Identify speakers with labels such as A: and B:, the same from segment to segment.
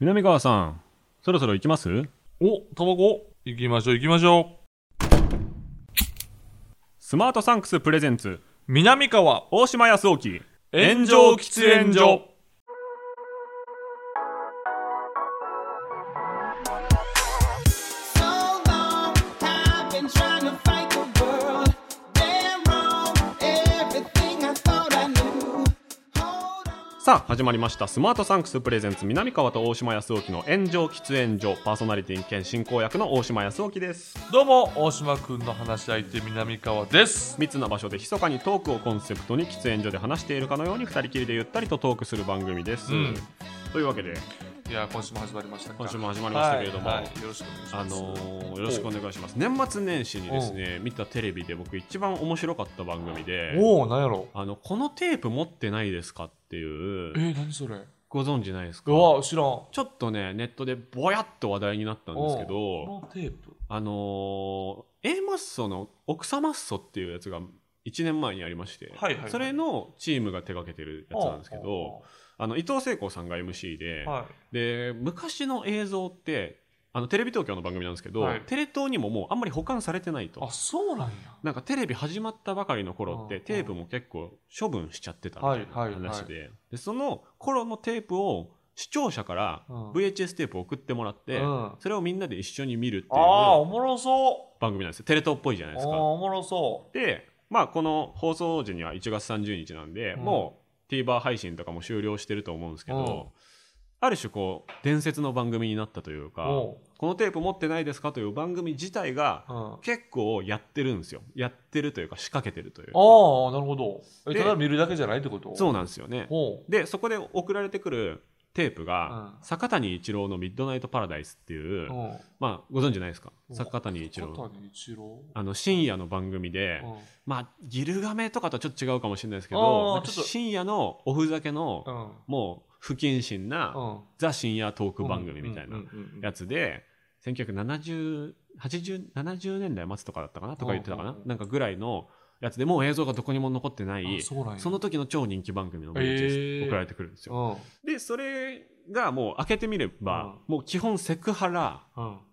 A: 南川さん、そろそろ行きます
B: お、タバコ行きましょう行きましょ
A: スマートサンクスプレゼンツ、
B: う。南川、
A: 大島康沖、
B: 炎上喫煙所。
C: So long, I've been trying to fight the world. Damn wrong, everything I thought I knew. Hold on.
A: さあ、始まりました。スマートサンクスプレゼンツ、南川と大島康沖の炎上喫煙所、パーソナリティ兼進行役の大島康沖です。
B: どうも、大島くんの話し相手、南川です。
A: 密な場所で密かにトークをコンセプトに喫煙所で話しているかのように二人きりでゆったりとトークする番組です。
B: うん
A: というわけで、
B: いや、今週も始まりましたか
A: 今週も始まりましたけれども、
B: はいはいよろしくお願いし
A: あ
B: ます。
A: のーよろしくお願いします。年末年始にですね、見たテレビで僕一番面白かった番組で、
B: おお、なんやろ。
A: あの、このテープ持ってないですかってい
B: え
A: う、
B: ー、何それ。う
A: ご存知ないですか
B: わ、知らん。こ
A: ちょっとね、ネットでぼやっと話題になったんですけど、
B: のテープ。
A: あのー、A マッソの奥様マッソっていうやつが1年前にありまして、
B: はいはいはい
A: それのチームが手掛けてるやつなんですけど、あの伊藤聖子さんが MC で、
B: おー、は
A: で昔の映像ってあのテレビ東京の番組なんですけど、
B: はい
A: テレ東にももうあんまり保管されてない
B: い。
A: と
B: あ、そうなんや。
A: なんかテレビ始まったばかりの頃っ
B: う
A: て
B: ん
A: テープも結構処分しちゃってたみたいな
B: はいはい
A: 話ででその頃のテープを視聴者から
B: うん
A: VHS テープを送ってもらって
B: うん
A: それをみんなで一緒に見るってい
B: ああー、
A: う
B: おもろそ。
A: 番組なんですよテレ東っぽいじゃないうで
B: あ
A: す
B: あー、
A: か。
B: おもろそ
A: でまあこの放送時には1月30日なんで
B: うん
A: もう TVer 配信とかも終了してると思うんですけどある種こう伝説の番組になったという
B: う。
A: か
B: お
A: このテープ持ってないですかという番組自体が
B: う。うん。
A: 結構やってるんですよやってるというか仕掛けてるというか
B: ああ、なるほど。え、
A: で
B: ただ見るだけじゃないってこと
A: そう
B: う。
A: なんですよね
B: ほ
A: でそこで送られてくるテープが、
B: うん
A: 坂谷一郎の「ミッドナイト・パラダイス」っていう
B: う。、うん。
A: まあご存知ないですか
B: うん
A: 坂谷一郎
B: 小谷一郎。
A: あの深夜の番組で、
B: う
A: まあギルガメとかとはちょっと違うかもしれないですけ
B: あー
A: どなんか
B: ちょっと
A: 深夜のおふざけの、
B: ん。うん。
A: もう不謹慎な、
B: うん。
A: ザ深夜トーク番組みたいな
B: うんうんうんうん
A: やつで1970 80 70年代末とかだったかなとか言ってたか
B: うん
A: な
B: うんうん
A: なんかぐらいのやつでもう映像がどこにも残ってな
B: あ
A: い
B: そうなんや
A: その時の超人気番組の
B: へ
A: VHS
B: ー
A: 送られてくるんですよ。
B: うん。
A: でそれがもう開けてみれば、もう基本セクハラ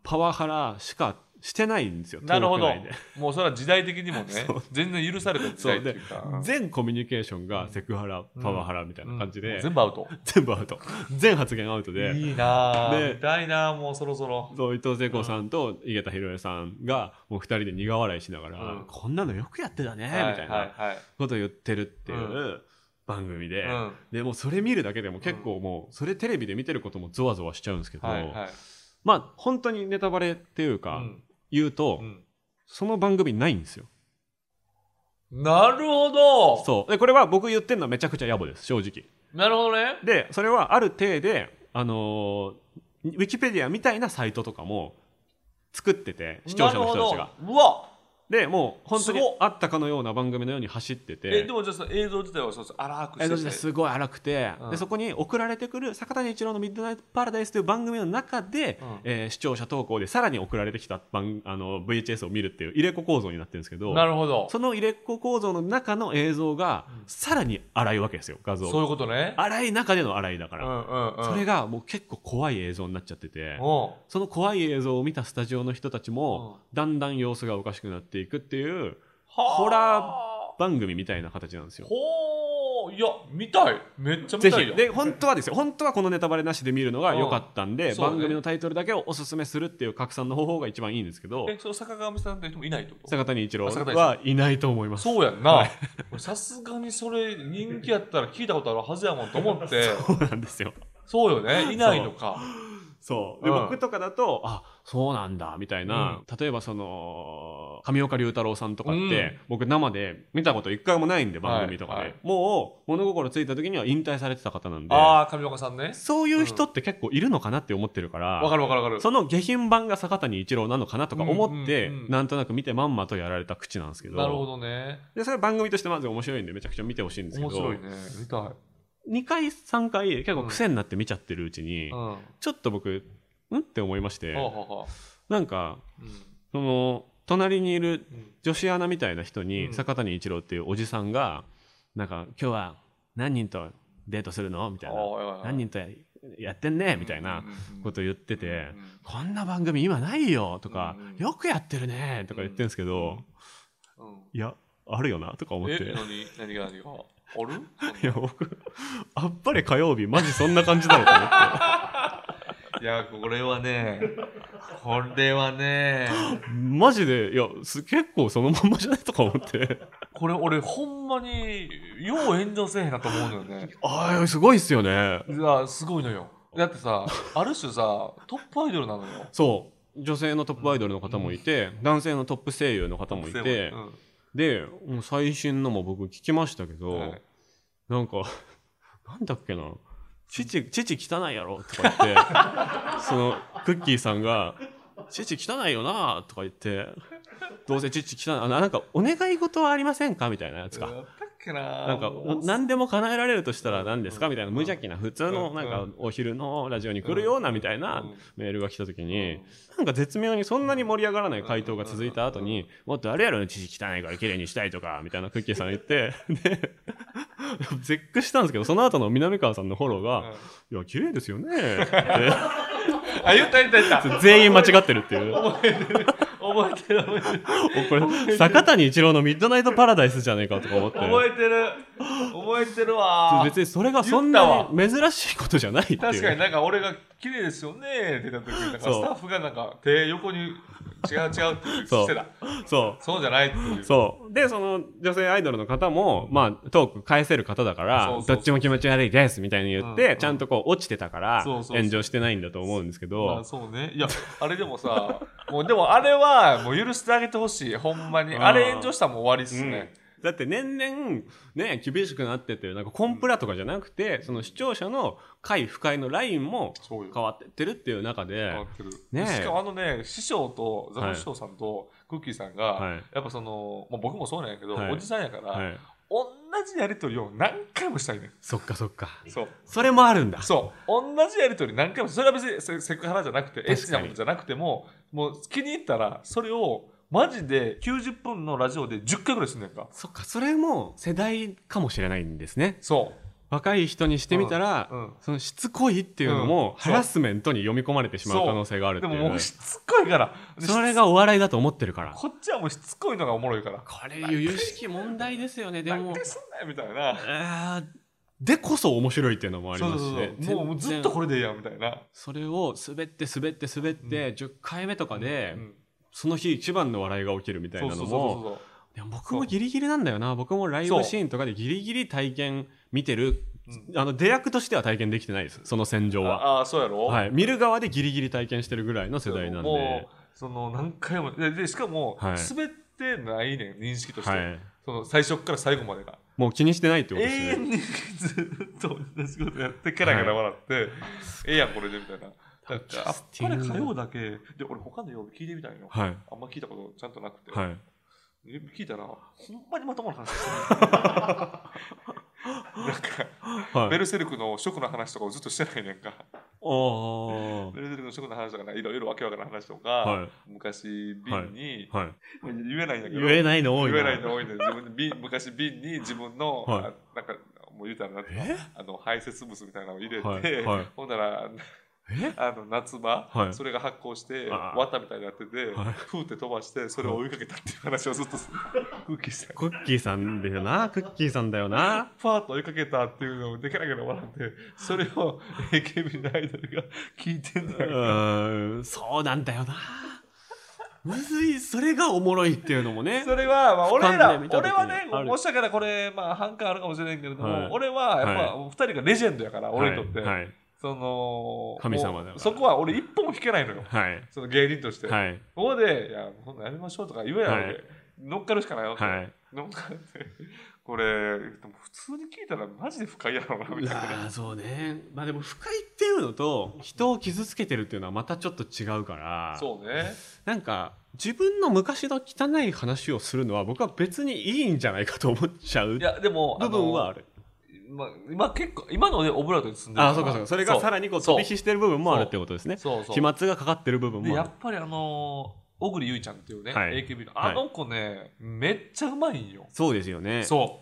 A: パワハラしかしてないんですよ
B: なるほど
A: 東京内で
B: もうそれは時代的にもね
A: そう、
B: 全然許された時代っていうか。うん
A: 全コミュニケーションがセクハラ、パワハラみたいな感じで、
B: うん全部アウト。
A: 全部アウト全発言アウトで
B: いいなぁ。
A: で
B: 見たいなぁ、もうそろそろ。
A: そう伊藤聖子さんと井桁弘恵さんがもう二人で苦笑いしながら、
B: うん
A: こんなのよくやってたね、
B: は
A: みたい
B: はい
A: な
B: はい。
A: ことを言ってるっていうう番組で、
B: うん
A: でもうそれ見るだけでも結構もうそれテレビで見てることもゾワゾワしちゃうんですけど、
B: はいはい。
A: まあ本当にネタバレっていうか、
B: うん
A: 言うと、
B: うん
A: その番組ないんですよ。
B: なるほど
A: そうでこれは僕言ってるのはめちゃくちゃ野暮です正直。
B: なるほどね。
A: でそれはある体で、あのーウィキペディアみたいなサイトとかも作ってて視聴者の人たち
B: な
A: が
B: る。ほどうわ
A: でもう本当に
B: すごっ
A: あったかのような番組のように走って
B: え、
A: て
B: で。もじゃあその映像自体はそうそう荒く
A: え
B: し
A: ー
B: て
A: と
B: て
A: すごい荒くて、
B: うん
A: でそこに送られてくる坂谷一郎の「ミッドナイト・パラダイス」という番組の中で、
B: うん
A: えー視聴者投稿でさらに送られてきた番あの VHS を見るっていう入れ子構造になってるんですけど
B: なるほど。
A: その入れ子構造の中の映像がさらに荒いわけですよ画像
B: そういうことね。
A: 荒い中での荒いだか
B: う
A: ら、
B: んうんうん。
A: それがもう結構怖い映像になっちゃってて、
B: お
A: その怖い映像を見たスタジオの人たちも、だんだん様子がおかしくなっていくっていうホラ
B: ー。
A: 番組みたいな形なんですよ。
B: ほー。いや、見たい。めっちゃ見
A: ぜ
B: たいよ
A: ひ。で本当はですよ本当はこのネタバレなしで見るのが良かったんで、
B: うんそうだね
A: 番組のタイトルだけをおすすめするっていう拡散の方法が一番いいんですけど
B: え、その坂上さんって人もいないってこと
A: 坂谷一郎
B: あ坂谷一郎
A: はいないと思います
B: そうやんな。 俺さすがにそれ人気やったら聞いたことあるはずやもんと思って。
A: そうなんですよ
B: そうよね。いないのか。
A: そうで、
B: うん
A: 僕とかだとあそうなんだみたいな、例えばその上岡龍太郎さんとかって、
B: うん
A: 僕生で見たこと一回もないんで番組とかで、
B: はいはい
A: もう物心ついた時には引退されてた方なんで
B: ああ、上岡さんね。
A: そういう人って結構いるのかなって思ってるから、
B: わかるわかるわかる。
A: その下品版が坂谷一郎なのかなとか思って、
B: うんうんうん
A: なんとなく見てまんまとやられた口なんですけど
B: なるほどね。
A: でそれ番組としてまず面白いんでめちゃくちゃ見てほしいんですけ
B: 面
A: ど、
B: 白いね。見たい。
A: 2回3回結構癖になって見ちゃってるうちに、
B: うん。は
A: ちょっと僕うんって思いまして、
B: あはあはあ。
A: なんか
B: うん
A: その隣にいる
B: うん
A: 女子アナみたいな人
B: う
A: に
B: ん
A: 坂谷一郎っていうおじさんがなんか今日は何人とデートするのみたいな
B: ああはいはいはい
A: 何人とやってんねみたいなこと言ってて、こんな番組今ないよとか、
B: うん
A: よくやってるねとか言ってんですけど、
B: うんうん
A: いや、あるよなとか思って。
B: え何何が何がある
A: いや、僕、あっぱれ火曜日、マジそんな感じなのか
B: いやこれはねこれはね
A: なっ て。マジで、いや、す結構そのまんまじゃないとか思 って。
B: これ俺ほんまによう炎上せえへんなと思うの よね
A: ああ、すごいっすよね。
B: いやすごいのよだってさある種さトップアイドルなのよ
A: そう。女性のトップアイドルの方もいて、男性のトップ声優の方もいて、
B: うん
A: で、もう最新のも僕聞きましたけど、
B: はい
A: なんか、 なんだっけな、父、父汚いやろとか言って、その、クッキーさんが、父汚いよなとか言って、どうせ父汚い、あななんか、お願い事はありませんかみたいなやつ
B: や
A: が。
B: ったっけな
A: なんか、お何でも叶えられるとしたら何ですかみたいな、
B: うん
A: 無邪気な、普通の、
B: うん
A: なんか、お昼のラジオに来るような、みたいな
B: うん
A: メールが来た時に、なんか絶妙にそんなに盛り上がらない回答が続いた後に、もっとあれやろ、父汚いから綺麗にしたいとか、みたいなクッキーさんが言 って、で、絶句したんですけど、その後の南川さんのフォローが、いや、綺麗ですよね、って、
B: あ言った言った言 った
A: 全員間違ってるっていう。
B: 覚えてる覚え てる覚えてる
A: これ、坂谷一郎のミッドナイトパラダイスじゃねえかとか思って。
B: 覚えてる覚えてるわ
A: 別にそれがそんな
B: 言
A: に珍しいことじゃないっていう。
B: 確かになんか俺が綺麗ですよねって言った時なんかスタ
A: そう
B: ッフがなんか手横に違う違うって言って
A: そう
B: してた
A: そう。
B: そうじゃないっていう
A: そう。で、その女性アイドルの方も、まあ、トーク返せる方だから、
B: そうそうそう
A: どっちも気持ち悪いですみたいに言って、
B: うんうん
A: ちゃんとこう落ちてたから、
B: そうそうそう
A: 炎上してないんだと思うんですけど、
B: まあそうねいや あれでもさもうでもあれはもう許してあげてほしいほんまに
A: うん
B: あれ炎上したらもう終わりっす
A: うん
B: ね、
A: だって年々、ね、厳しくなってて、なんかコンプラとかじゃなくて、その視聴者の快不快のラインも
B: そうよ
A: 変わってってるっていう中で、
B: 変わってる
A: ねえ
B: しかもあのね師匠とザコ師匠さんとクッキーさんが、
A: はい
B: やっぱその、まあ、僕もそうなんやけど、
A: はい
B: おじさんやから、
A: はい、
B: 同じやり取りを何回もしたいね
A: そっかそっか。
B: そう
A: それもあるんだ。
B: そう同じやり取り何回もそれは別にセセクハラじゃなくて
A: か
B: エ
A: に
B: ッチなものじゃなくてももう気に入ったらそれをマジで90分のラジオで10回ぐらいすんねんか
A: そっか、それも世代かもしれないんですね。
B: そ
A: 若い人にしてみたら、
B: うんうん
A: そのしつこいっていうのも
B: うん
A: ハラスメントに読み込まれてしまう
B: そう
A: 可能性があるっ
B: う
A: て
B: で
A: いう
B: ももうしつこいから
A: それがお笑いだと思ってるから
B: こっちはもうしつこいのがおもろいから
A: これ由々しき問題ですよねで
B: 何
A: も
B: 回すんなよみたいな
A: えーでこそ面白いっていうのもあり
B: そう
A: ま
B: そ
A: す
B: う
A: しね
B: そうもうもうずっとこれでいいやみたいな
A: それを滑って滑って滑って10回目とかで
B: うん
A: その日一番の笑いが起きるみたい
B: そう
A: な
B: そ
A: の
B: うそう
A: も
B: そう
A: いや僕もギリギリなんだよな僕もライブシーンとかでギリギリ体験見てる
B: う
A: あの出役としては体験できてないですその戦場は、
B: ああーそうやろ
A: はい、見る側でギリギリ体験してるぐらいの世代なんで
B: もうその何回もででしかも
A: はい
B: 滑ってないねん認識として、
A: はい、
B: その最初から最後までが
A: もう気にしてないってこと
B: 永
A: ですね
B: 遠にずっと同じことやってケラケラ笑って、ええやんこれでみたいな。だからあっぱれ火曜だけで俺他の曜日聞いてみたいの、
A: はい
B: あんま聞いたことちゃんとなくて、
A: はい
B: 聞いたらほんまにまともな話してるなんか、
A: はい
B: ベルセルクの食の話とかをずっとしてないねんか
A: あ
B: ベルセルクの食の話とかなんかいろいろわけわからん話とか、
A: あはい
B: 昔瓶に、
A: はい
B: もう言えないんだけど
A: 言えないの多いな
B: 言えないの多いね自分で瓶昔瓶に自分の、
A: はい
B: あなんかもう言うたらなんていうの
A: え
B: あの排泄物みたいなのを入れて、
A: はいはい
B: ほんなら
A: え
B: あの夏場、
A: はい
B: それが発酵して
A: あー
B: 綿みたいになってて、
A: はい
B: ふーって飛ばしてそれを追いかけたっていう話をずっとす る空気した
A: クッキーさんだよなクッキーさんだよな
B: ファーッと追いかけたっていうのをでかなけら笑ってそれを AKB のアイドルが聞いてん
A: う
B: だよ
A: ーんそうなんだよなむずいそれがおもろいっていうのもね
B: それは、まあ、俺
A: 俯瞰
B: ら
A: で見た時
B: 俺
A: に
B: はね
A: ある
B: もしかしたらこれ、まあ、反感あるかもしれないけれども、
A: はい
B: 俺はやっぱ
A: は
B: 2人がレジェンドやから、俺にとって、
A: はいはい
B: その
A: 神様だから
B: もうそこは俺一歩も引けないのよ
A: はい
B: その芸人として、
A: はい
B: ここで、いや、こんなんやめましょうとか言うやろ、
A: はい
B: 乗っかるしかないわけ。
A: はい
B: 乗っかって、これ、でも普通に聞いたらマジで深いやろうな、みたい
A: あ
B: な。
A: ーそうねまあでも不快っていうのと人を傷つけてるっていうのはまたちょっと違うから
B: そうね。
A: なんか自分の昔の汚い話をするのは僕は別にいいんじゃないかと思っちゃう
B: いや、でも、あ
A: 部
B: の
A: 分はある
B: まあ、今結構、今のね、オブラートに住んでる
A: ああそうかそうかそれがさらにこう飛び火してる部分もあるってことですね
B: そうそう
A: 飛沫がかかってる部分
B: で、
A: も
B: や
A: ある
B: っぱりあのー、小栗ゆいちゃんっていうね、
A: はい
B: AKB の、
A: はい
B: あの子ね、めっちゃうまいんよ。
A: そうですよね
B: そ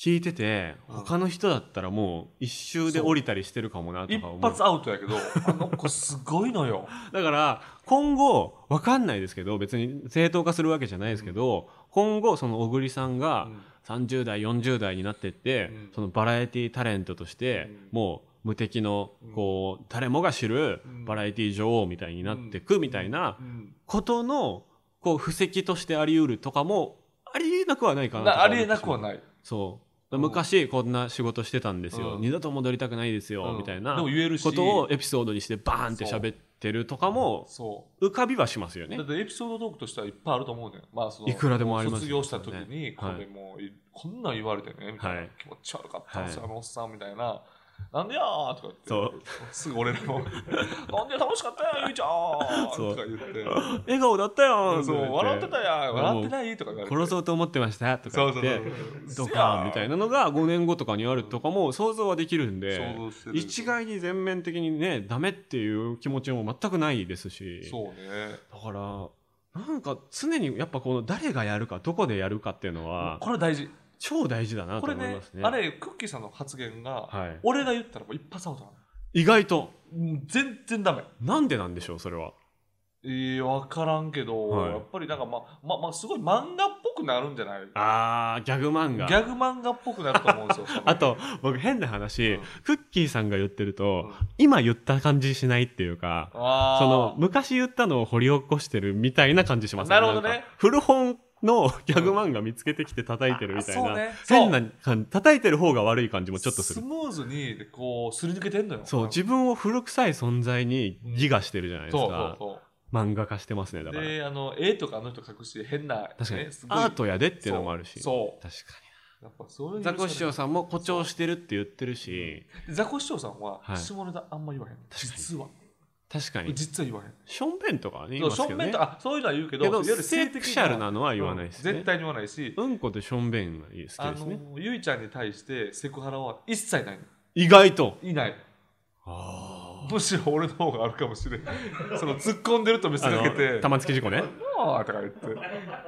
A: 聞いてて、
B: うん
A: 他の人だったらもう一周で降りたりしてるかもなと
B: 一
A: か思う
B: 発アウトやけど、あの子すごい のよ。
A: だから今後わかんないですけど別に正当化するわけじゃないですけど、今後その小栗さんが
B: うん
A: 30代40代になってって、
B: うん
A: そのバラエティタレントとして
B: うん
A: もう無敵の
B: うん
A: こう誰もが知る
B: うん
A: バラエティ女王みたいになってくみたいな
B: うん
A: ことのこう布石としてあり得るとかもありえなくはないかなと
B: な
A: か
B: あ
A: 思っ
B: り
A: て
B: えなくは
A: しまう
B: ない。
A: そう
B: うん
A: 昔こんな仕事してたんですよ、
B: うん
A: 二度と戻りたくないですよ、
B: うん
A: みたいな
B: でも言えるし
A: ことをエピソードにしてバーンって喋ってるとかも
B: そう。
A: 浮かびはしますよね
B: だっ。てエピソードトークとしてはいっぱいあると思うねん。まあその
A: いくらでもあります
B: 卒
A: よ
B: 業した時に、こ
A: はい
B: れもういこんなん言われてね、みたいな、
A: はい
B: 気持ち悪かったんですよ、
A: は
B: あのおっさんみたいな。なんでやーとか言って、
A: そう
B: すぐ俺らも、なんで楽しかったやん、ゆいちゃん
A: そう
B: とか言って、
A: 笑顔だったよ
B: そう笑ってたやん、笑ってないとか言われて。
A: 殺そうと思ってましたと
B: そ
A: か
B: うそ
A: 言
B: う
A: って
B: そう。
A: ドカーンみたいなのが5年後とかにあるとかも想像はできるんで
B: 想像してる
A: 一概に全面的にねダメっていう気持ちも全くないですし
B: そうね。
A: だからなんか常にやっぱこの誰がやるかどこでやるかっていうのは
B: これ大事。
A: 超大事だな
B: ことれ
A: 思い
B: ね
A: ますね。
B: あれ、クッキーさんの発言が、
A: はい、
B: 俺が言ったらもう一発アウトなの
A: 意外と。
B: うん全然ダメ。
A: なんでなんでしょうそれは。
B: いや、わからんけど、
A: はい
B: やっぱりなんかまあ、まあ、まあ、すごい漫画っぽくなるんじゃないギ
A: あーギャグ漫画
B: ャグ漫画っぽくなると思うんですよ。その
A: あと、僕変な話、
B: うん
A: クッキーさんが言ってると、
B: うん
A: 今言った感じしないっていうか、
B: あ
A: その
B: ー
A: 昔言ったのを掘り起こしてるみたいな感じします
B: なるほどね
A: んか古本のギャグ漫画見つけてきて叩いてるみたいな、
B: うんあそうね
A: 変な感じ、叩いてる方が悪い感じもちょっとす
B: ス
A: る。
B: ムーズに、こう、すり抜けてんのよ。
A: そう、自
B: 分
A: 分を古臭い存在に自我してるじゃないですか。
B: そうそうそ
A: 漫画化してますね、だ
B: う。
A: から。
B: で、あの、絵とかあの人描くし、変な、
A: 確かに、
B: ねすごい
A: アートやでっていうのもあるし。
B: そう。
A: 確か
B: そうやっぱそういう
A: に。
B: の
A: ザコシショウさんも誇張してるって言ってるし、
B: ザコシショウさんは、
A: はい
B: 下ネタあんま言わへん。
A: 確かに
B: 実は。
A: 確かに。
B: 実は言わへん。
A: ションベンとかはね、言い
B: そう
A: ます
B: 正
A: けどね。
B: 面とか、あそういうのは言うけど、
A: けど
B: いわゆる性的
A: セ
B: な
A: クシャルなのは言わないですね
B: うん絶対に言わないし、
A: うんことしょんべんが好きです
B: あ
A: ね。
B: のゆいちゃんに対してセクハラは一切ないの
A: 意外と。
B: いない
A: あ
B: むしろ俺の方があるかもしれないその突っ込んでると見せかけて
A: の玉突き事故ね。
B: ああ」とか言って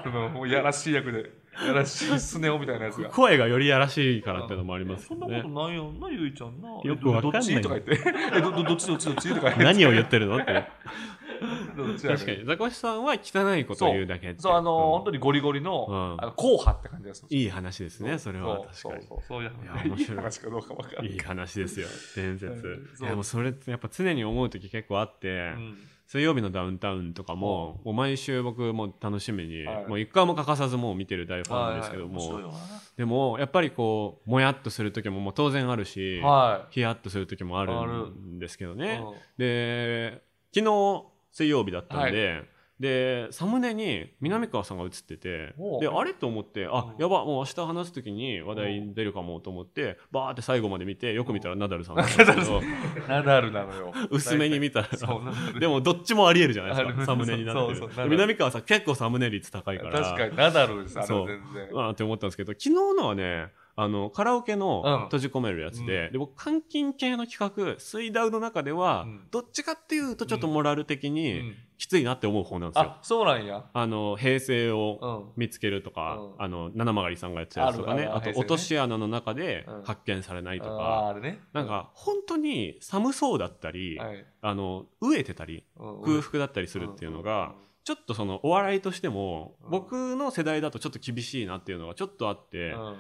B: そのもうやらしい役でやらしいスネ夫みたいなやつが
A: 声がよりやらしいからってのもあります
B: そ
A: け
B: ん
A: どね
B: なこと。ないやんなゆいちゃんな
A: よくわかんない
B: えどどっちとか言ってえどどどっちどっちどっちとか言っ て
A: 何を言ってるの って。
B: どっちやねん
A: 確かに、ザコシさんは汚いことを言うだけって
B: そうあの
A: うん
B: 本当にゴリゴリの,、
A: うん
B: あの硬派って感じがする
A: いい話ですね、それは確
B: そう
A: か
B: そうそうそういう
A: いや
B: 話
A: 面白い
B: いい話かどうかわかんない
A: に。いい話ですよ、伝
B: うん
A: 説。い
B: そう
A: や、もうそれってやっぱ常に思う時結構あって
B: う、ん
A: 水曜日のダウンタウンとかも、もう毎週僕もう楽しみに
B: はい、
A: もう一回も欠かさずもう見てる大ファンなんですけど
B: はいは
A: も
B: い面白い、よ
A: でもやっぱりこうもやっとする時ももう当然あるし、
B: なは
A: ヒヤッとする時もあ
B: あ
A: る
B: る
A: んですけど
B: い、
A: ね、
B: うん
A: で昨日水曜日だったんで、でサムネに南川さんが映ってて
B: おう
A: であれと思ってあ
B: うん
A: やばもう明日話す時に話題出るかもと思ってバーって最後まで見てよく見たらナダルさんなんですけ
B: ナダルさ
A: ど
B: ナダルなのよ。
A: 薄めに見たら
B: そうナダル
A: でもどっちもありえるじゃないです
B: ある
A: かサムネになって
B: そうそ
A: る
B: うナダ
A: で
B: ル
A: 南川さん結構サムネ率高いから
B: 確かにナダルです、あれ
A: そ
B: は
A: う
B: 全然。
A: うわーって思ったんですけど昨日のはねあのカラオケ
B: うん
A: の閉じ込めるやつで,、で僕監禁系の企画水ダウの中では、
B: うん
A: どっちかっていうとちょっとモラル的
B: う
A: に
B: ん
A: きついなって思う方なんですよ、
B: あ、そうなんや。
A: あの平成
B: う
A: を
B: ん。
A: 見つけるとか、
B: うん
A: あの七曲さんがやってたやつとかね
B: ある
A: あ
B: あ
A: と
B: る平成ね
A: 落とし穴の中で
B: うん
A: 発見されないと
B: あー
A: か、
B: あれね。
A: なんか本当に寒そうだったり、
B: はい、
A: あの飢えてたり
B: 空
A: 空腹だったりするっていうのが、ちょっとそのお笑いとしても
B: うん
A: 僕の世代だとちょっと厳しいなっていうのがちょっとあって、
B: うん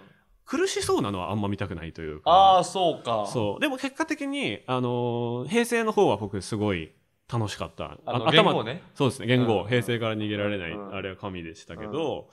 A: 苦しそうなのはあんま見たくないという
B: あ
A: か
B: あ、そうか。
A: そうでも結果的に、あのー平成の方は僕すごい楽しかった
B: あの
A: あ
B: 言語ね。
A: そうですね言語、
B: うん
A: 平成から逃げられない、
B: うん
A: あれは神でしたけど、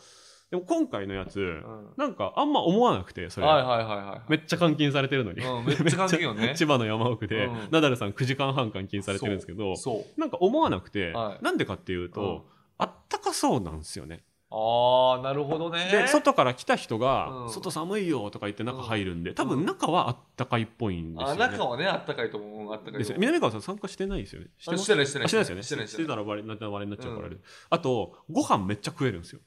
A: でも今回のやつ、
B: うん
A: なんかあんま思わなくてそれ、
B: はいはいはいはい。
A: めっちゃ監禁されてるのに、
B: うんめっちゃ監禁よ
A: めっ
B: ね
A: ちゃ千葉の山奥で、
B: うん
A: ナダルさん9時間半監禁されてるんですけど
B: そう。
A: なんか思わなくて、
B: はい
A: なんでかっていうと、あったかそうなんですよね
B: ああ、なるほどね。
A: で外から来た人が「
B: うん
A: 外寒いよ」とか言って中入るんで多
B: う
A: 分
B: ん
A: 中はあったかいっぽいんですよ
B: あ中
A: ね。
B: はね、あったかいと思う。あったかい
A: で
B: と
A: す
B: 思
A: よ
B: う。
A: 南川さん参加してないですよね。して
B: あ
A: ます
B: してないしてない
A: あしてないですよね。
B: してない
A: してたらバレなバレになっちゃうからあれ
B: う
A: あとご飯めっちゃ食えるんですよ。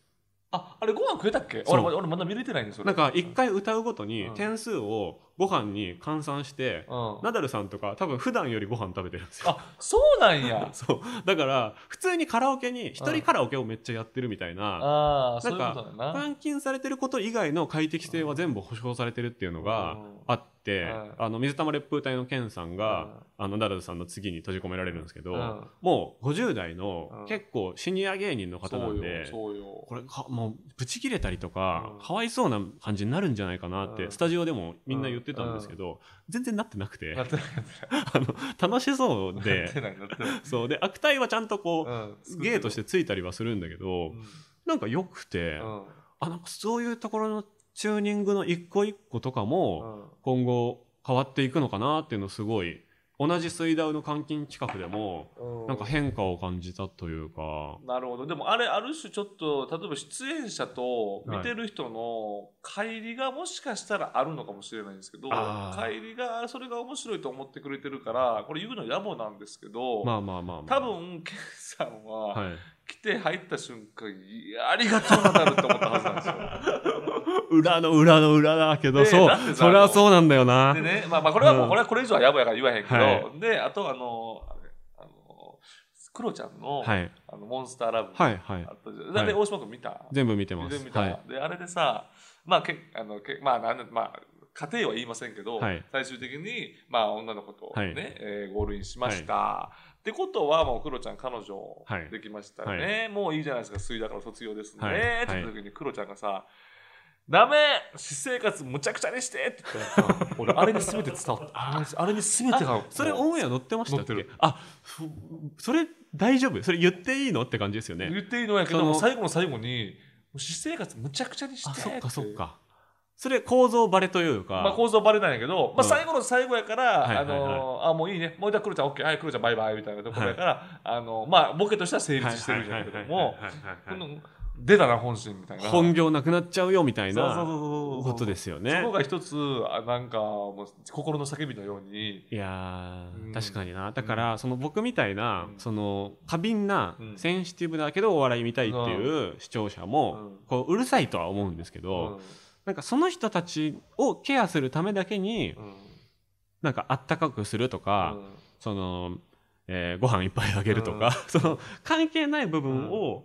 B: あ、あれご飯食えたっけ
A: そう
B: 俺、俺まだ見れてないんですよ。
A: なんか一回歌うごとに
B: うん
A: 点数をご飯に換算して、
B: うん、
A: ナダルさんとか多分普段よりご飯食べてるんですよ。
B: あそうなんや
A: そうだから普通にカラオケに一人カラオケをめっちゃやってるみたいな
B: ああそう
A: ないん
B: う
A: か
B: ことだな
A: 監禁されてること以外の快適性は全部保証されてるっていうのが
B: うん
A: あって
B: うん
A: あの水玉烈風隊のケンさんがあのナダルさんの次に閉じ込められるんですけ
B: う
A: ど
B: ん、
A: もう50代
B: う
A: の
B: ん
A: 結構シニア芸人の方な
B: そ
A: ん
B: うよ
A: で
B: そうよ
A: これかもうブチ切れたりとか、
B: うん
A: かわいそうな感じになるんじゃないかなって、
B: うん
A: スタジオでもみんな言ってたんですけど、全然なってなくて、
B: なってない
A: あの楽しそう
B: な って
A: で
B: ないなってない
A: そうで悪態はちゃんとこう、
B: うん
A: 芸としてついたりはするんだけど、
B: うん
A: なんか良くて、
B: うん
A: あなんかそういうところのチューニングの一個一個とか
B: う
A: も
B: ん
A: 今後変わっていくのかなっていうのすごい同じ水ダウの監禁企画でも
B: う
A: なんか変化を感じたというか。
B: なるほどでもあれある種ちょっと例えば出演者と見てる人の乖離がもしかしたらあるのかもしれないんですけど
A: あー
B: 乖離がそれが面白いと思ってくれてるからこれ言うの野暮なんですけど、
A: まあまあまあ、ま
B: 多
A: あ、
B: 分ケンさんは、
A: はい、
B: 来て入った瞬間いやありがとうなると思ったはずなんです よ。
A: 裏の裏の裏だけど、
B: で
A: そう
B: だってさ
A: それはそうなんだよな、
B: でね、まあ、まあこれはもう、
A: うん
B: これはこれ以上はやばいから言わへんけど、
A: は
B: であとあのあれあのクロちゃんの,、
A: はい
B: あのモンスターラブ、
A: はいはい
B: あったじゃん。だって
A: はい
B: 大島君見た
A: 全部見てます
B: 全然見た、
A: はい
B: であれでさまあけあのけまあなんだまあ家庭は言いませんけど、
A: はい
B: 最終的にまあ女の子とね、
A: はい
B: えーゴールインしました、ってことはもうクロちゃん彼女
A: はい
B: できましたね、もういいじゃないですか水だから卒業ですね、
A: はい
B: って言った時にクロちゃんがさ「ダメ私生活むちゃくちゃにして!」って言ったら さ俺あれに全て伝わった あれあれに全てが
A: それ
B: もう
A: オンエア載ってましたっけ
B: 載ってる
A: あそそれ大丈夫それ言っていいのって感じですよね
B: 言っていいのやけど
A: その
B: もう最後の最後に「もう私生活むちゃくちゃにして!」
A: あそっかそ
B: て
A: っかそれ構造バレというか、
B: まあ、構造バレないんやけど、
A: う
B: まあ、
A: ん
B: 最後の最後やから、
A: はいはいはい
B: あのーあもういいねもう一回クロちゃん OK はいクロちゃんバイバイみたいなところやから、あのーまあボケとしては成立してるんやけども
A: はいはいはいはい
B: こ
A: はい
B: の出たな本心みたいな
A: 本業なくなっちゃうよみたい
B: そうそ
A: な
B: うそうそう
A: ことですよね
B: そこが一つあなんかもう心の叫びのように、
A: いやー、
B: うん
A: 確かになだから、その僕みたいな、
B: うん
A: その過敏な、
B: うん
A: センシティブだけどお笑い見たいっていう視聴者も、
B: うん
A: こううるさいとは思うんですけ
B: う
A: ど、
B: ん
A: なんかその人たちをケアするためだけに
B: うん
A: なんかあったかくするとか、
B: うん
A: その、えーご飯いっぱいあげるとか、 その関係ない部分を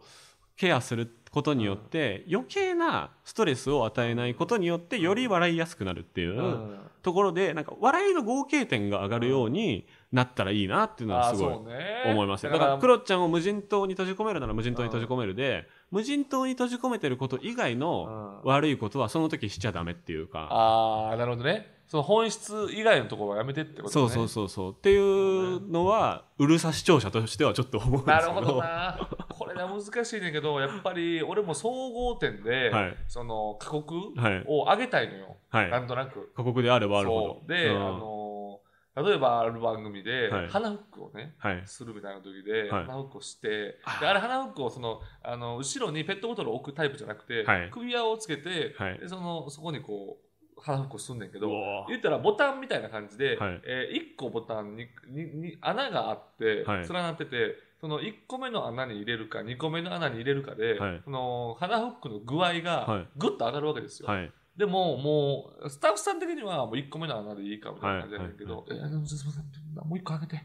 A: ケアすることによって、余計なストレスを与えないことによってより笑いやすくなるっていう。
B: うん
A: ところでなんか笑いの合計点が上がるようになったらいいなっていうの
B: あ
A: は
B: ー
A: すごい
B: そうね
A: 思いますよだからクロちゃんを無人島に閉じ込めるなら無人島に閉じ込めるで無人島に閉じ込めてること以外の
B: うん
A: 悪いことはその時しちゃダメっていうか
B: ああなるほどねその本質以外のところはやめてってことね
A: そうそうそうそうっていうのはうるさ視聴者としてはちょっと思うんですけど
B: なるほどなこれが難しいねん けどやっぱり俺も総合点で、
A: はい
B: その過酷
A: はい
B: を上げたいのよ、な
A: はい
B: んとなく。
A: 過酷であればあるほ
B: そ
A: ど
B: うで、
A: うん
B: あの例えばある番組で、
A: はい
B: 花フックをね
A: はい
B: するみたいな時で、
A: はい
B: 花フックをして
A: あー
B: であれ花フックをそのあの後ろにペットボトルを置くタイプじゃなくて、
A: はい
B: 首輪をつけて、
A: はい
B: でそのそこにこう花フックをすんねんけ
A: う
B: ど
A: おー
B: 言ったらボタンみたいな感じで、
A: はい
B: え1個ボタンににに穴があって
A: はい
B: 連なってて、その1個目の穴に入れるか2個目の穴に入れるかで、
A: はい
B: その鼻フックの具合
A: は
B: が
A: い
B: ぐっと上がるわけですよ、
A: はい
B: でももうスタッフさん的にはもう1個目の穴でいいかみたいな感じやねんけど、えーあのすいませんもう1個上げて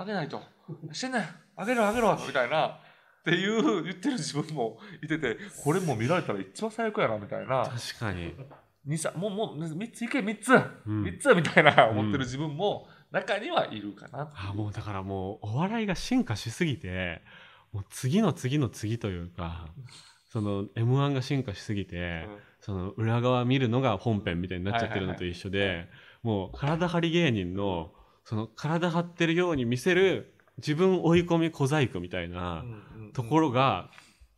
B: 上げないとしてない上げろ上げろみたいなっていう言ってる自分もいててこれもう見られたら一番最悪やなみたいな。
A: 確かに
B: 二三もうもう3ついけ3つ、
A: ん
B: 3つみたいな思ってる自分も中にはいるかなって
A: あもうだからもうお笑いが進化しすぎてもう次の次の次というかその m 1が進化しすぎて、
B: うん
A: その裏側見るのが本編みたいになっちゃってるのと一緒で、もう体張り芸人のその体張ってるように見せる自分追い込み小細工みたいなところが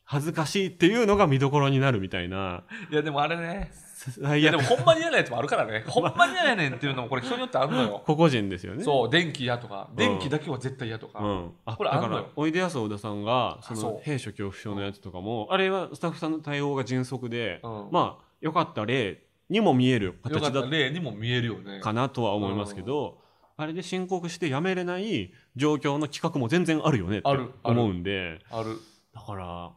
A: 恥ずかしいっていうのが見どころになるみたいない
B: やでもあれねい
A: 最
B: やで
A: 悪
B: もほんまに嫌なやつもあるから ねほんまに嫌やねんっていうのもこれ人によってあるのよ
A: 個々人ですよね。
B: そう電気嫌とか
A: ん
B: 電気だけは絶対嫌とか、
A: うん、あ
B: これ
A: だ
B: あ
A: か
B: んのよ
A: らおいでやす小田さんがそ
B: そ
A: の
B: う
A: 兵所恐怖症のやつとかもあれはスタッフさんの対応が迅速で、
B: うん
A: まあよかった例にも見える
B: よか
A: 形
B: った
A: だっ
B: 例にも見えるよね
A: たかなとは思いますけど、あれで申告してやめれない状況の企画も全然あるよねって
B: あるある
A: 思うんで
B: ある
A: だから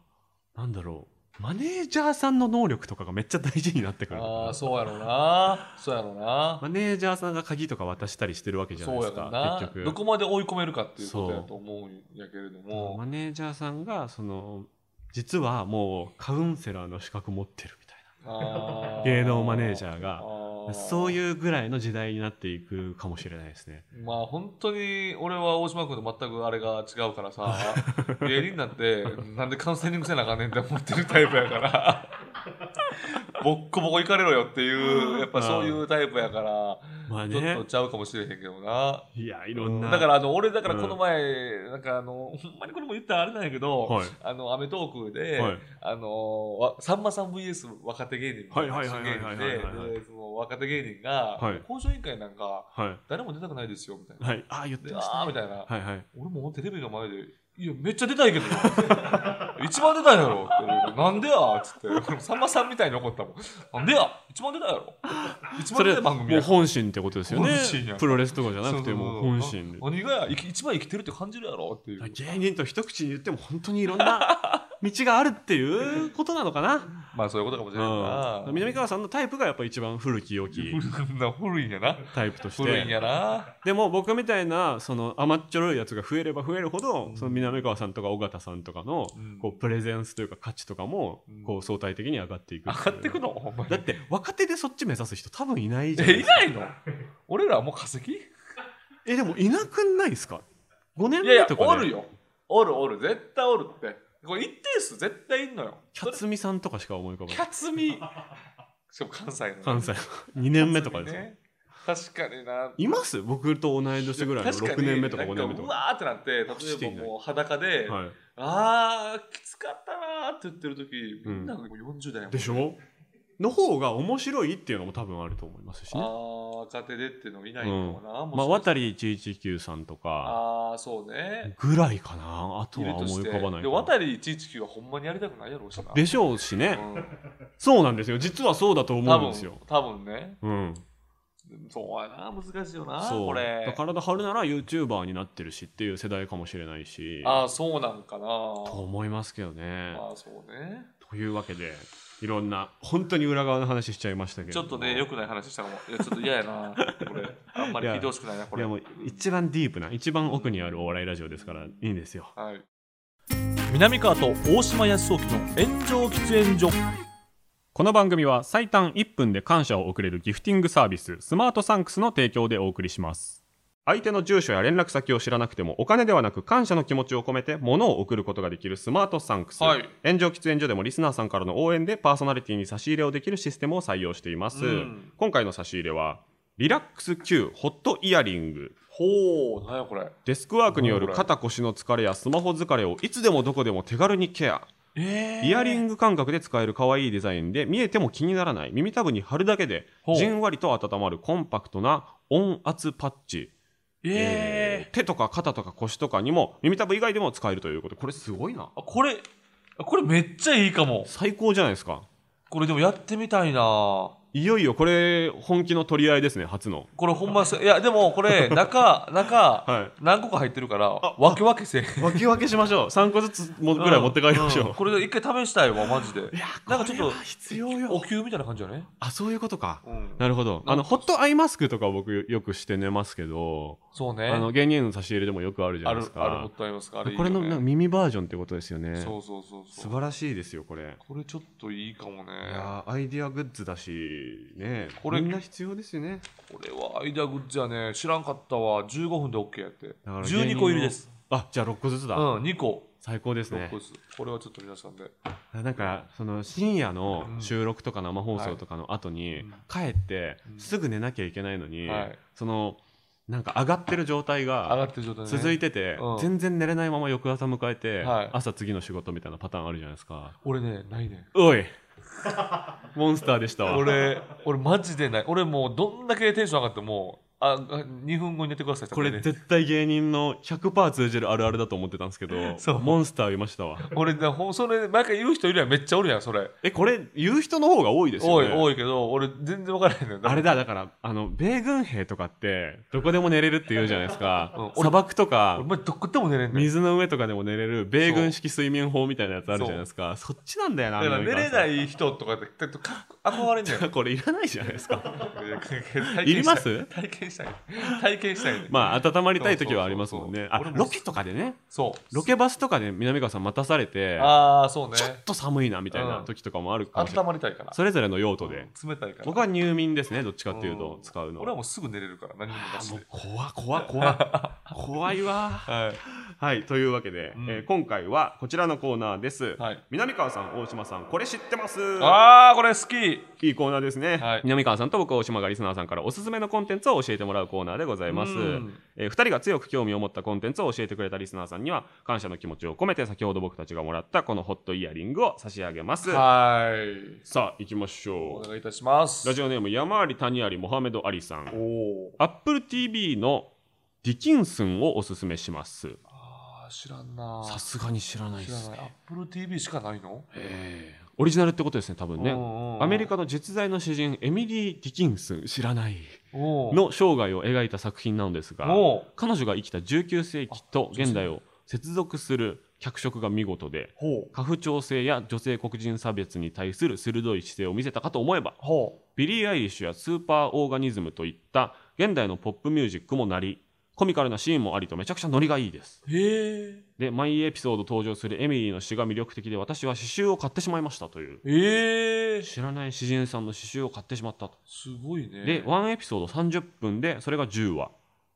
A: なんだろうマネージャーさんの能力とかがめっちゃ大事になってくるのかな
B: ああ、そうやろうな。そうやろうな。
A: マネージャーさんが鍵とか渡したりしてるわけじゃない
B: そう
A: で
B: や
A: す
B: ろう
A: か
B: な
A: 結。局
B: どこまで追い込めるかっていうことやと思うんやけれども。
A: マネージャーさんがその実はもうカウンセラーの資格持ってるみたい
B: あ
A: な
B: ー
A: 芸能マネージャーが
B: あ
A: そう
B: う。
A: いうぐらいの時代になっていくかもしれないですね。
B: まあ本当に俺は大島君と全くあれが違うから さ芸人なんてなんでカウンセリングせなあかんねんって思ってるタイプやからボッコボコ行かれろよっていうやっぱそういうタイプやから
A: まあ
B: ちょっ
A: ね
B: と。ちゃうかもしれへんけどな。
A: いや、いろんな。
B: だからあの俺だから
A: うん
B: この前、なんかあのほんまにこれも言ったらあれなんやけど、
A: はい
B: あのアメトークで、
A: はい
B: あのわさんまさん VS 若手芸人みたいな
A: はいはいはいはいはいはいはい
B: ででその若手芸人が、
A: はい
B: 交渉委員会なんか
A: は
B: 誰も出たくないですよみたい
A: い。
B: な、
A: はい。ああ、言って
B: で
A: ました、ね。
B: ああみたいな、
A: はいはい。
B: 俺もうテレビの前でいやめっちゃ出たいけどな一番出たいやろって言うなんでやっつってさんまさんみたいに怒ったもんなんでや一番出たやろ一
A: そ
B: 番出
A: れ、
B: たい番組
A: も
B: や
A: う本心ってことですよね
B: 本心や。
A: プロレスとかじゃなく
B: そう
A: て、
B: そうそう
A: もう本心で。
B: 鬼が生き一番生きてるって感じるやろっていう
A: 芸人と一口に言っても本当にいろんな道があるって いうことなのかな。
B: まあそういうことかもしれな
A: う、
B: いなん
A: 南川さんのタイプがやっぱ一番古き良き
B: 古いな古いんやな
A: タイプとし
B: 古いん
A: て。
B: やな
A: でも僕みたいなその甘っちょろいやつが増えれば増えるほど、その南川さんとか尾形さんとかの、
B: うん
A: こうプレゼンスというか価値とかも、
B: うん
A: こう相対的に上がっていく
B: 上
A: いう
B: がってくのほんまに
A: だって若手でそっち目指す人多分いないじゃな
B: え
A: い
B: い
A: ですか
B: ないの俺らはもう化石い
A: えでもいなくないですか5年
B: やい
A: 目
B: や
A: とかで
B: おるよおるおる絶対おるってこれ一定数絶対いんのよ
A: キャツミさんとかしか思い浮かば
B: キ
A: ない
B: ャツミしかも関西のね
A: 関西2年目とかですよ、
B: ね確かにない
A: ます僕と同い年ぐらいの
B: 確か
A: 6
B: に
A: 年目とか5年目
B: なん
A: と
B: う
A: か
B: わーってなって
A: 落ち
B: 例
A: て
B: え
A: いな
B: ば
A: い
B: もう裸で、
A: は
B: あーきつかったなーって言ってる時みんながもう40代やもん
A: い、でしょの方が面白いっていうのも多分あると思いますし
B: あ
A: ね
B: あ若手でっていうのいないのかな、もしかして
A: まあ渡り119さんとか
B: ああそうね
A: ぐらいかなあと
B: いる
A: は
B: と
A: 思
B: し
A: い
B: て
A: 浮かばない
B: で
A: な
B: 渡り119はほんまにやりたくないやろうしな
A: でしょうしね、
B: う
A: そうなんですよ実はそうだと
B: ん、
A: 思
B: 多
A: うん
B: 分
A: ですよ
B: 多分ね
A: うん、
B: そうやな難しいよな
A: そう
B: これ
A: だ体張るなら YouTuber になってるしっていう世代かもしれないし
B: ああそうなんかな
A: と思いますけどね。
B: まあそうね
A: というわけでいろんな本当に裏側の話しちゃいましたけど
B: ちょっとね良くない話したかもいやちょっと嫌やなこれあんまり聞いてほしくないな
A: い
B: これ
A: やもう一番ディープな一番奥にあるお笑いラジオですからいいんですよ。
B: はい、南川と大島康雄の炎上喫煙所
A: この番組は最短1分で感謝を送れるギフティングサービススマートサンクスの提供でお送りします相手の住所や連絡先を知らなくてもお金ではなく感謝の気持ちを込めて物を送ることができるスマートサンクス、
B: はい
A: 炎上喫煙所でもリスナーさんからの応援でパーソナリティに差し入れをできるシステムを採用しています、
B: うん
A: 今回の差し入れはリラックス Q ホットイヤリング
B: ほうなんやこれ
A: デスクワークによる肩腰の疲れやスマホ疲れをいつでもどこでも手軽にケア
B: え
A: イヤリン
B: グ
A: グ感覚で使える可愛いデザインで見えても気にならない耳たぶに貼るだけで
B: ほう
A: じんわりと温まるコンパクトな温圧パッチ、
B: え
A: えー手とか肩とか腰とかにも耳たぶ以外でも使えるということでこれすごいな
B: ー、あこれあこれめっちゃいいかも
A: 最高じゃないですか
B: これでもやってみたいなこ
A: いよいよこれ本気の取り合いですね初の
B: れほんませいやでもこれ中中、
A: は
B: 何個か入ってるからわけわけせえ
A: 分け分けしまし ょう3個ずつもぐらい持って帰りましょう、
B: んんこれで一回試したいわマジでなんかちょっ
A: 必要
B: とお灸みたいな感じだね、
A: あそういうことか
B: うん、
A: なるほどあのホットアイマスクとか僕よくして寝ますけど
B: そうね
A: あの芸人の差し入れでもよくあるじゃ
B: あ
A: ないで
B: る
A: すか
B: あるほっとありますかあれいい
A: こ
B: よ
A: れ
B: ね
A: のなんか耳バージョンってことですよね
B: そうそうそうそう
A: 素晴らしいですよこれ
B: これちょっといいかもね
A: いやーアイディアグッズだしね
B: これ
A: みんな必要ですよね
B: これはアイデアグッズやね知らんかったわ15分で OK やって
A: だから芸人
B: 12
A: の
B: 個入りです
A: あじゃあ6個ずつ
B: う
A: だ、
B: ん2個
A: 最高です
B: 6
A: ね
B: 個ですこれはちょっと皆さんで
A: なんかその深夜の
B: うん
A: 収録とか生放送とかの後に、
B: うん
A: 帰って
B: うん
A: すぐ寝なきゃいけないのに、
B: はい
A: そのなんか上がってる状態
B: 上が
A: が
B: ってる状態ね
A: 続いてて、
B: うん
A: 全然寝れないまま翌朝迎えて、
B: はい
A: 朝次の仕事みたいなパターンあるじゃないですか
B: 俺ねないね
A: お いモンスターでしたわ
B: 俺俺マジでない俺もうどんだけテンション上がってもあ、2分後に寝てください。
A: これ
B: で。
A: 絶対芸人の100%通じるあるあるだと思ってたんですけど
B: そう
A: モンスターいましたわ
B: これ、ほんそれ、毎回言う人いるやん。めっちゃおるやん、それ。
A: えこれ言う人の方が多いですよ
B: 多
A: ね
B: い、多いけど、俺全然分からへんのよ。
A: あれだだからあの米軍兵とかってどこでも寝れるって言うじゃないですか、
B: うん俺
A: 砂漠とか
B: 俺、まどこでも寝れんねん。
A: 水の上とかでも寝れる米軍式睡眠法みたいなやつあるじゃないですかそっちなんだよな
B: だから寝れないい人とかって、ちょっとか憧れんね ん。
A: これいらないじゃないですか
B: い
A: ります
B: 体験したい。体験したいね。
A: まあ温まりたい時はありますもんね
B: そうそうそうそう
A: あ
B: 俺も
A: ロケとかでね
B: そう。
A: ロケバスとかで南川さん待たされて
B: ああ、そうね
A: ち。ょっと寒いなみたいな時とかもあるかもしれない
B: 温まりたいから。
A: それぞれの用途で
B: 冷たいから。
A: 僕は入眠ですねどっちかっていうと
B: ん
A: 使うの
B: 俺はもうすぐ寝れるから、何も
A: あー
B: なし
A: も
B: で
A: う。怖怖 怖怖いわ
B: は
A: はいというわけで、
B: うん
A: えー今回はこちらのコーナーです、
B: はい
A: 南川さん大島さんこれ知ってます
B: い。ああ、これ好き。
A: いいコーナーですね、
B: はい
A: 南川さんと僕大島がリスナーさんからおすすめのコンテンツを教えてもらうコーナーでございます、
B: うん
A: えー、2人が強く興味を持ったコンテンツを教えてくれたリスナーさんには感謝の気持ちを込めて先ほど僕たちがもらったこのホットイヤリングを差し上げます
B: はい。
A: さあ行きまし
B: お
A: ょう
B: 願いいたします。
A: ラジオネーム山あり谷ありモハメドありさん
B: おお。
A: アップル TV のディキンスンをおすすめします。
B: ああ、知らんな。
A: さすがに知らない
B: 知
A: で
B: ら
A: す
B: ない。
A: ね。
B: Apple TV しかないの
A: ええオリジナルってことですね、多分ね
B: うんうんう。ん
A: アメリカの実在の詩人エミリー・ディキンスン、知らない
B: おお。
A: の生涯を描いた作品なのですが、
B: おう
A: 彼女が生きた19世紀と現代を接続する脚色が見事で、
B: ほう。
A: 家父長制や女性黒人差別に対する鋭い姿勢を見せたかと思えば、
B: ほ
A: ビリー・アイリッシュやスーパーオーガニズムといった現代のポップミュージックもなりコミカルなシーンもありとめちゃくちゃノリがいいです
B: う。へえ。
A: で毎エピソード登場するエミリーの詩が魅力的で私は詩集を買ってしまいましたという
B: ええ。
A: 知らない詩人さんの詩集を買ってしまったと
B: すごいね。
A: で1エピソード30分でそれが10話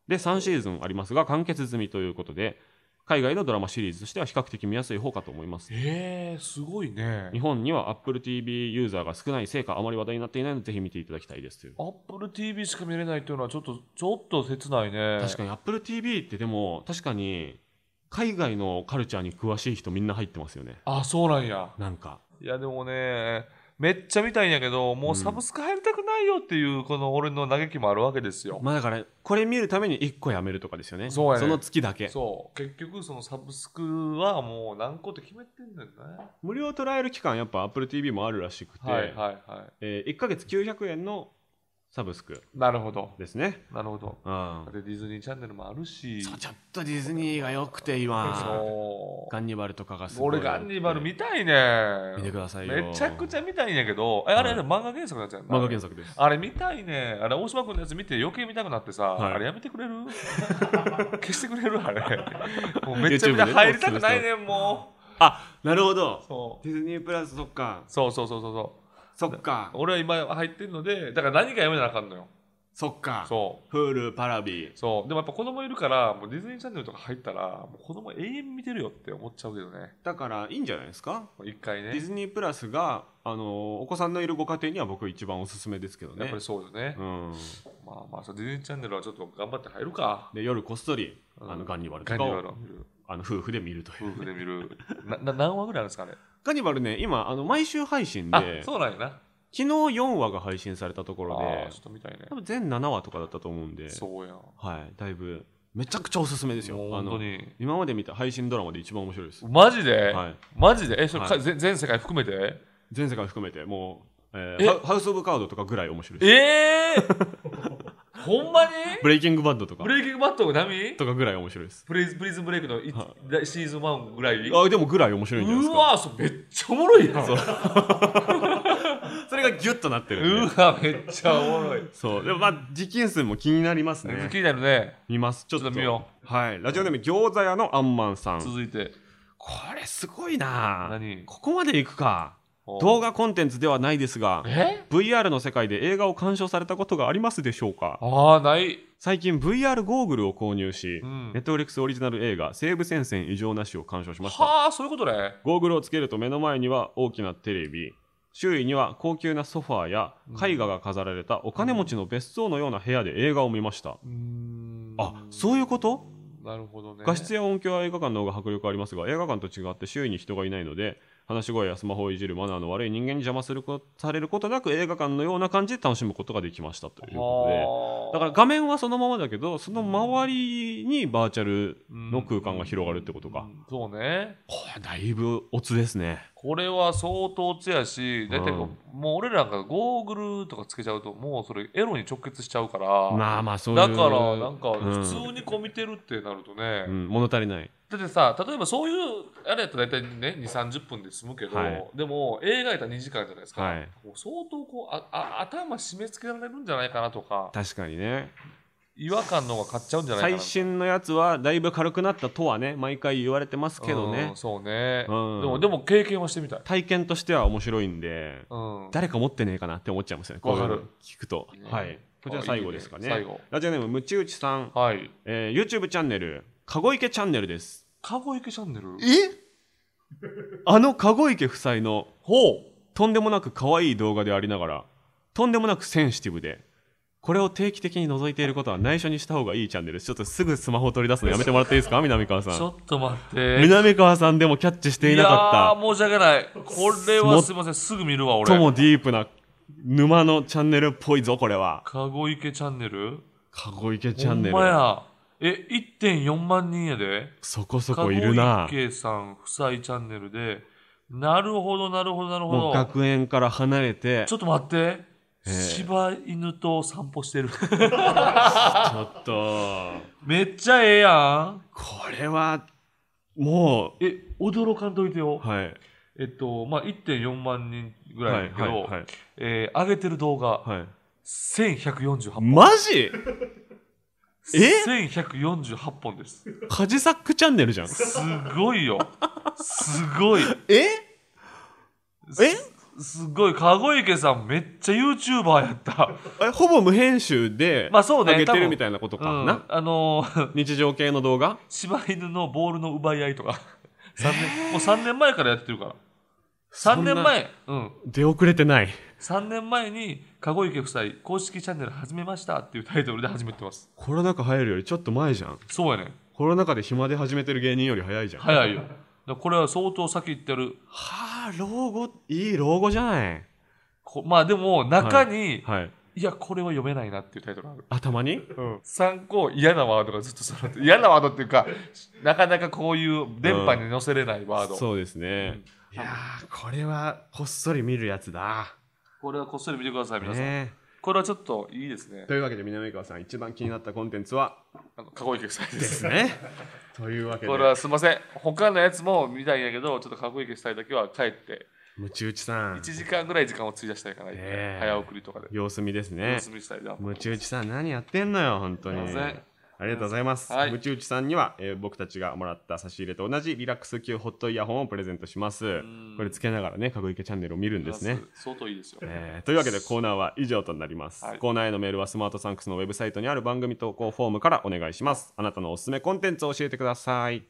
A: で3シーズンありますが完結済みということで海外のドラマシリーズとしては比較的見やすい方かと思います
B: ええ、すごいね
A: 日。本には AppleTV ユーザーが少ないせいかあまり話題になっていないのでぜひ見ていただきたいですという
B: Apple TV しか見れないっていうのはちょっと、ちょっと切ないね。
A: 確かに Apple TV ってでも確かに海外のカルチャーに詳しい人みんな入ってますよね
B: あ、そうなんや。
A: なんか
B: いや、でもね、めっちゃ見たいんやけど、もうサブスク入りたくないよっていう、この俺の嘆きもあるわけですよ。
A: まあだからこれ見るために1個やめるとかですよね
B: そうやね
A: の月だけ
B: そう。結局、そのサブスクはもう何個って決めてんだよね。
A: 無料トライアル期間やっぱ AppleTV もあるらしくて、
B: はいはいは
A: え1ヶ月900円のサブスク
B: い。なるほど。
A: ですね
B: なるほど。
A: うん
B: で、ディズニーチャンネルもあるし。
A: そうちょっとディズニーが良くて今
B: そう
A: ガンニバルとかがすごい
B: 俺、ガンニバル見たいね。
A: 見てくださいよ
B: めちゃくちゃ見たいんやけど、えあれ、あれ
A: はい
B: 漫画原作のやつやんな。
A: 漫画原作です
B: あれ見たいね。あれ、大島君のやつ見て余計見たくなってさ、
A: はい
B: あれやめてくれる 消してくれるあれ。もうめっちゃ見た
A: YouTube で
B: 入りたくないねん、も
A: あなるほど
B: う。そう
A: ディズニープラスそっか
B: そうそうそうそうそう。
A: そっか
B: 俺は今入ってるので、だから何かやめなあかんのよ。
A: そっか
B: そ
A: Hulu パラビ
B: う。そう。でもやっぱ子供いるから、もうディズニーチャンネルとか入ったら、もう子供永遠見てるよって思っちゃうけどね。
A: だからいいんじゃないですか
B: もう一回ね。
A: ディズニープラスが、あのーお子さんのいるご家庭には僕一番おすすめですけど
B: やっ
A: ね
B: ぱり。そうよね。
A: うん、
B: まあまあそう、ディズニーチャンネルはちょっと頑張って入るか。
A: で夜こっそり、
B: うん
A: あのガンニバルと
B: ガン
A: か
B: ニバ
A: を
B: ルを見る。
A: あの夫婦で見るという
B: 夫婦で見る。なな何話ぐらいあるんですかね。
A: ガンニバルね今あの毎週配信
B: あ、
A: で昨
B: そうなんやな。
A: 日4話が配信されたところ
B: あ
A: で
B: あ、ちょっと見たいね
A: 多。分全7話とかだったと思うんで、
B: そうやん。
A: はい、だいぶめちゃくちゃおすすめですよ
B: もう
A: あの
B: 本当に。
A: 今まで見た配信ドラマで一番面白いです
B: マジで、
A: はい
B: マジでえ、それ、
A: はい
B: か全全世界含めて
A: 全世界含めてもう、えー
B: え
A: ハウハウス・オブ・カードとかぐらい面白いです
B: ええ ほんまに
A: ブレイキング・バッドとか
B: ブレイキングバットが何
A: とかぐらい面白いです
B: プリズプリズンブレイクのい、シーズン1ぐらい
A: あでもぐらい面白いんじゃないで
B: う
A: すか
B: わーそうめっちゃおもろいやんう
A: それがギュッとなってるんで。
B: わめっちゃおもろい、
A: そう。でもまあ、時期数も気になります
B: 続
A: ね
B: き。になるね
A: 見ます。ちょっ
B: ちょ
A: と
B: っと見よ
A: う。はい。ラジオネーム、餃子屋のあんまんさん。
B: 続いて
A: これすごいな
B: 何
A: ここまで行くか。
B: お
A: 動画コンテンツではないですが、
B: え
A: VR の世界で映画を鑑賞されたことがありますでしょうか
B: ああない
A: 最近 VR ゴーグルを購入し、
B: うん
A: ネットフリックスオリジナル映画「西武戦線異常なし」を鑑賞しました
B: はあそういうことね
A: ゴーグルをつけると目の前には大きなテレビ周囲には高級なソファーや絵画が飾られたお金持ちの別荘のような部屋で映画を見ました、
B: うーん
A: あそういうこと
B: なるほどね
A: 画質や音響は映画館の方が迫力ありますが映画館と違って周囲に人がいないので話し声やスマホをいじるマナーの悪い人間に邪魔するこされることなく映画館のような感じで楽しむことができましたということで。だから画面はそのままだけどその周りにバーチャルの空間が広がるってことか、
B: うんそうね
A: これだいぶオツですね
B: これは相当つやし大体こう、もう俺らがゴーグルとかつけちゃうともうそれエロに直結しちゃうから、
A: まあまあそうい
B: だ
A: う
B: からなんか
A: うん
B: 普通にこう見てるってなるとね、
A: うん、物足りない
B: だってさ例えばそういうあれやったら大体ね2 3 0分で済むけど、
A: はい
B: でも映画やったら2時間じゃないですか、
A: はい
B: もう相当こうああ頭締め付けられるんじゃないかなとか
A: 確かにね
B: 違和感の方が勝っちゃうんじゃないかな
A: 最新のやつはだいぶ軽くなったとはね毎回言われてますけど
B: う
A: ね
B: んそうね、
A: うん
B: でもでも経験はしてみたい、
A: 体験としては面白いんで
B: うん、
A: 誰か持ってねえかなって思っちゃいますよねこういうの
B: わかる
A: 聞くと、
B: ね
A: はいこちら最後ですかね
B: あいいね最後
A: ラジオネームムチウチさん、
B: はい
A: えー YouTube チャンネル籠池チャンネルです
B: 籠池チャンネル
A: えあの籠池夫妻の
B: ほう
A: とんでもなく可愛い動画でありながらとんでもなくセンシティブでこれを定期的に覗いていることは内緒にした方がいいチャンネルですちょっとすぐスマホを取り出すのやめてもらっていいです か南川さ
B: ち
A: ん
B: ょっと待って
A: 南川さんでもキャッチしていなか
B: い
A: っ
B: やー申し訳ないこれはすいませんすぐ見るわ
A: たと
B: 俺
A: もディープな沼のチャンネルっぽいぞこれは
B: 籠池チャンネル
A: 籠池チャンネ
B: ほんま
A: ル
B: やえ1.4万人やで
A: そこそこいるな
B: 籠池さん夫妻チャンネルでなるほどなるほどなる
A: も
B: ほ
A: う
B: ど
A: 学園から離れて
B: ちょっと待って
A: え
B: 柴犬と散歩してる
A: ちょっと
B: めっちゃええやん
A: これはも
B: え驚かんといてよ
A: うはい
B: えっとまあ1.4万人ぐ
A: は
B: らい
A: い
B: やけど、
A: はいはい
B: えー上げてる動画
A: はい
B: 1148本
A: マジえ
B: 1148本です
A: カジサックチャンネルじゃん
B: すごいよ。すごい。
A: え
B: すすごい。籠池さんめっちゃ YouTuber やった。
A: えほぼ無編集で
B: まあそうね
A: 上げて
B: 多
A: る
B: 分
A: みたいなこと
B: う
A: か
B: ん、
A: な、
B: あのー
A: 日常系の動画
B: 柴犬のボールの奪い合いとか。 三年もう3年前からやってるから。3年前、うん。
A: 出遅れてない
B: 3年前に、籠池夫妻、公式チャンネル始めましたっていうタイトルで始めてます。
A: コロナ禍入るよりちょっと前じゃん
B: そうやねん。
A: コロナ禍で暇で始めてる芸人より早いじゃん
B: 早いよ。だからこれは相当先行ってる。
A: はあ老後いい老後じゃない
B: こまあでも、中に、い
A: はい
B: や、これは読めないなっていうタイトルある。
A: 頭に
B: 参考嫌なワードがずっと揃って嫌なワードっていうかなかなかこういう電波に載せれないワード、
A: そうですね、いやーこれはこっそり見るやつだ
B: これはこっそり見てください皆さん、
A: ね
B: これはちょっといいですね
A: というわけで南川さん一番気になったコンテンツは
B: あの籠池夫妻で
A: ですす ねというわけで
B: これはすいません他のやつも見たいんやけどちょっと籠池夫妻だけは帰って
A: ムチ打ちさん
B: 1時間ぐらい時間を費やしたいから、
A: ねえ
B: 早送りとかで
A: 様子見ですね
B: 様子見したいな
A: ムチ打ちさん何やってんのよ本当に
B: すいません
A: ありがとうございます、
B: はい
A: ムチ打ちさんには、えー僕たちがもらった差し入れと同じリラックス級ホットイヤホンをプレゼントします
B: ん
A: これつけながらねかぐいけチャンネルを見るんですね
B: 相当いいですよ、
A: えーというわけでコーナーは以上となります、
B: はい
A: コーナーへのメールはスマートサンクスのウェブサイトにある番組投稿フォームからお願いしますあなたのおすすめコンテンツを教えてください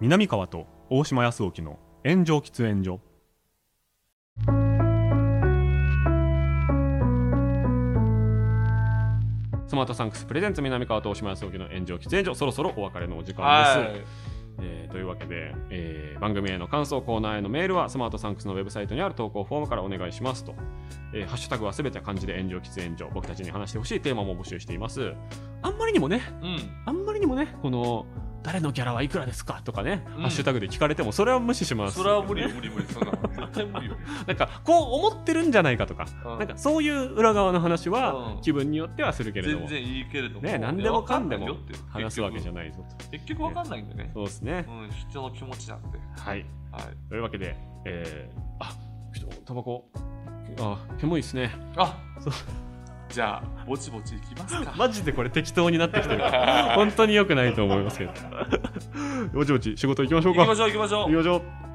A: 南川と大島康沖の炎上喫煙所スマートサンクスプレゼンツ南川と大島康沖の炎上喫煙所そろそろお別れのお時間です、
B: はい
A: えーというわけで、えー番組への感想コーナーへのメールはスマートサンクスのウェブサイトにある投稿フォームからお願いしますと、えーハッシュタグはすべて漢字で炎上喫煙所僕たちに話してほしいテーマも募集していますあんまりにもね
B: うん
A: あんまりにもねこの誰のキャラはいくらですかとかね、
B: うん
A: ハッシュタグで聞かれてもそれは無視します
B: それは無理よ無理無理そんなの絶対無理よ
A: なんかこう思ってるんじゃないかとか、
B: うん
A: なんかそういう裏側の話は
B: うん
A: 気分によってはするけれども、
B: 全然いいけれども
A: ね何でもかんでも話すわけじゃ
B: ない
A: ないぞと
B: 結局わかんないんだね
A: そうですね、
B: うん、人の気持ちなんで。
A: はい
B: はい。
A: というわけで、えー、あちょっとタバコあ煙いですね
B: あ
A: そう
B: じゃあ、ぼちぼちいきま すか。
A: マジでこれ適当になってきて る本当に良くないと思いますけどぼちぼち仕事行きましょう
B: 行
A: か
B: きましょう、行きましょ
A: 行
B: う
A: き。ましょう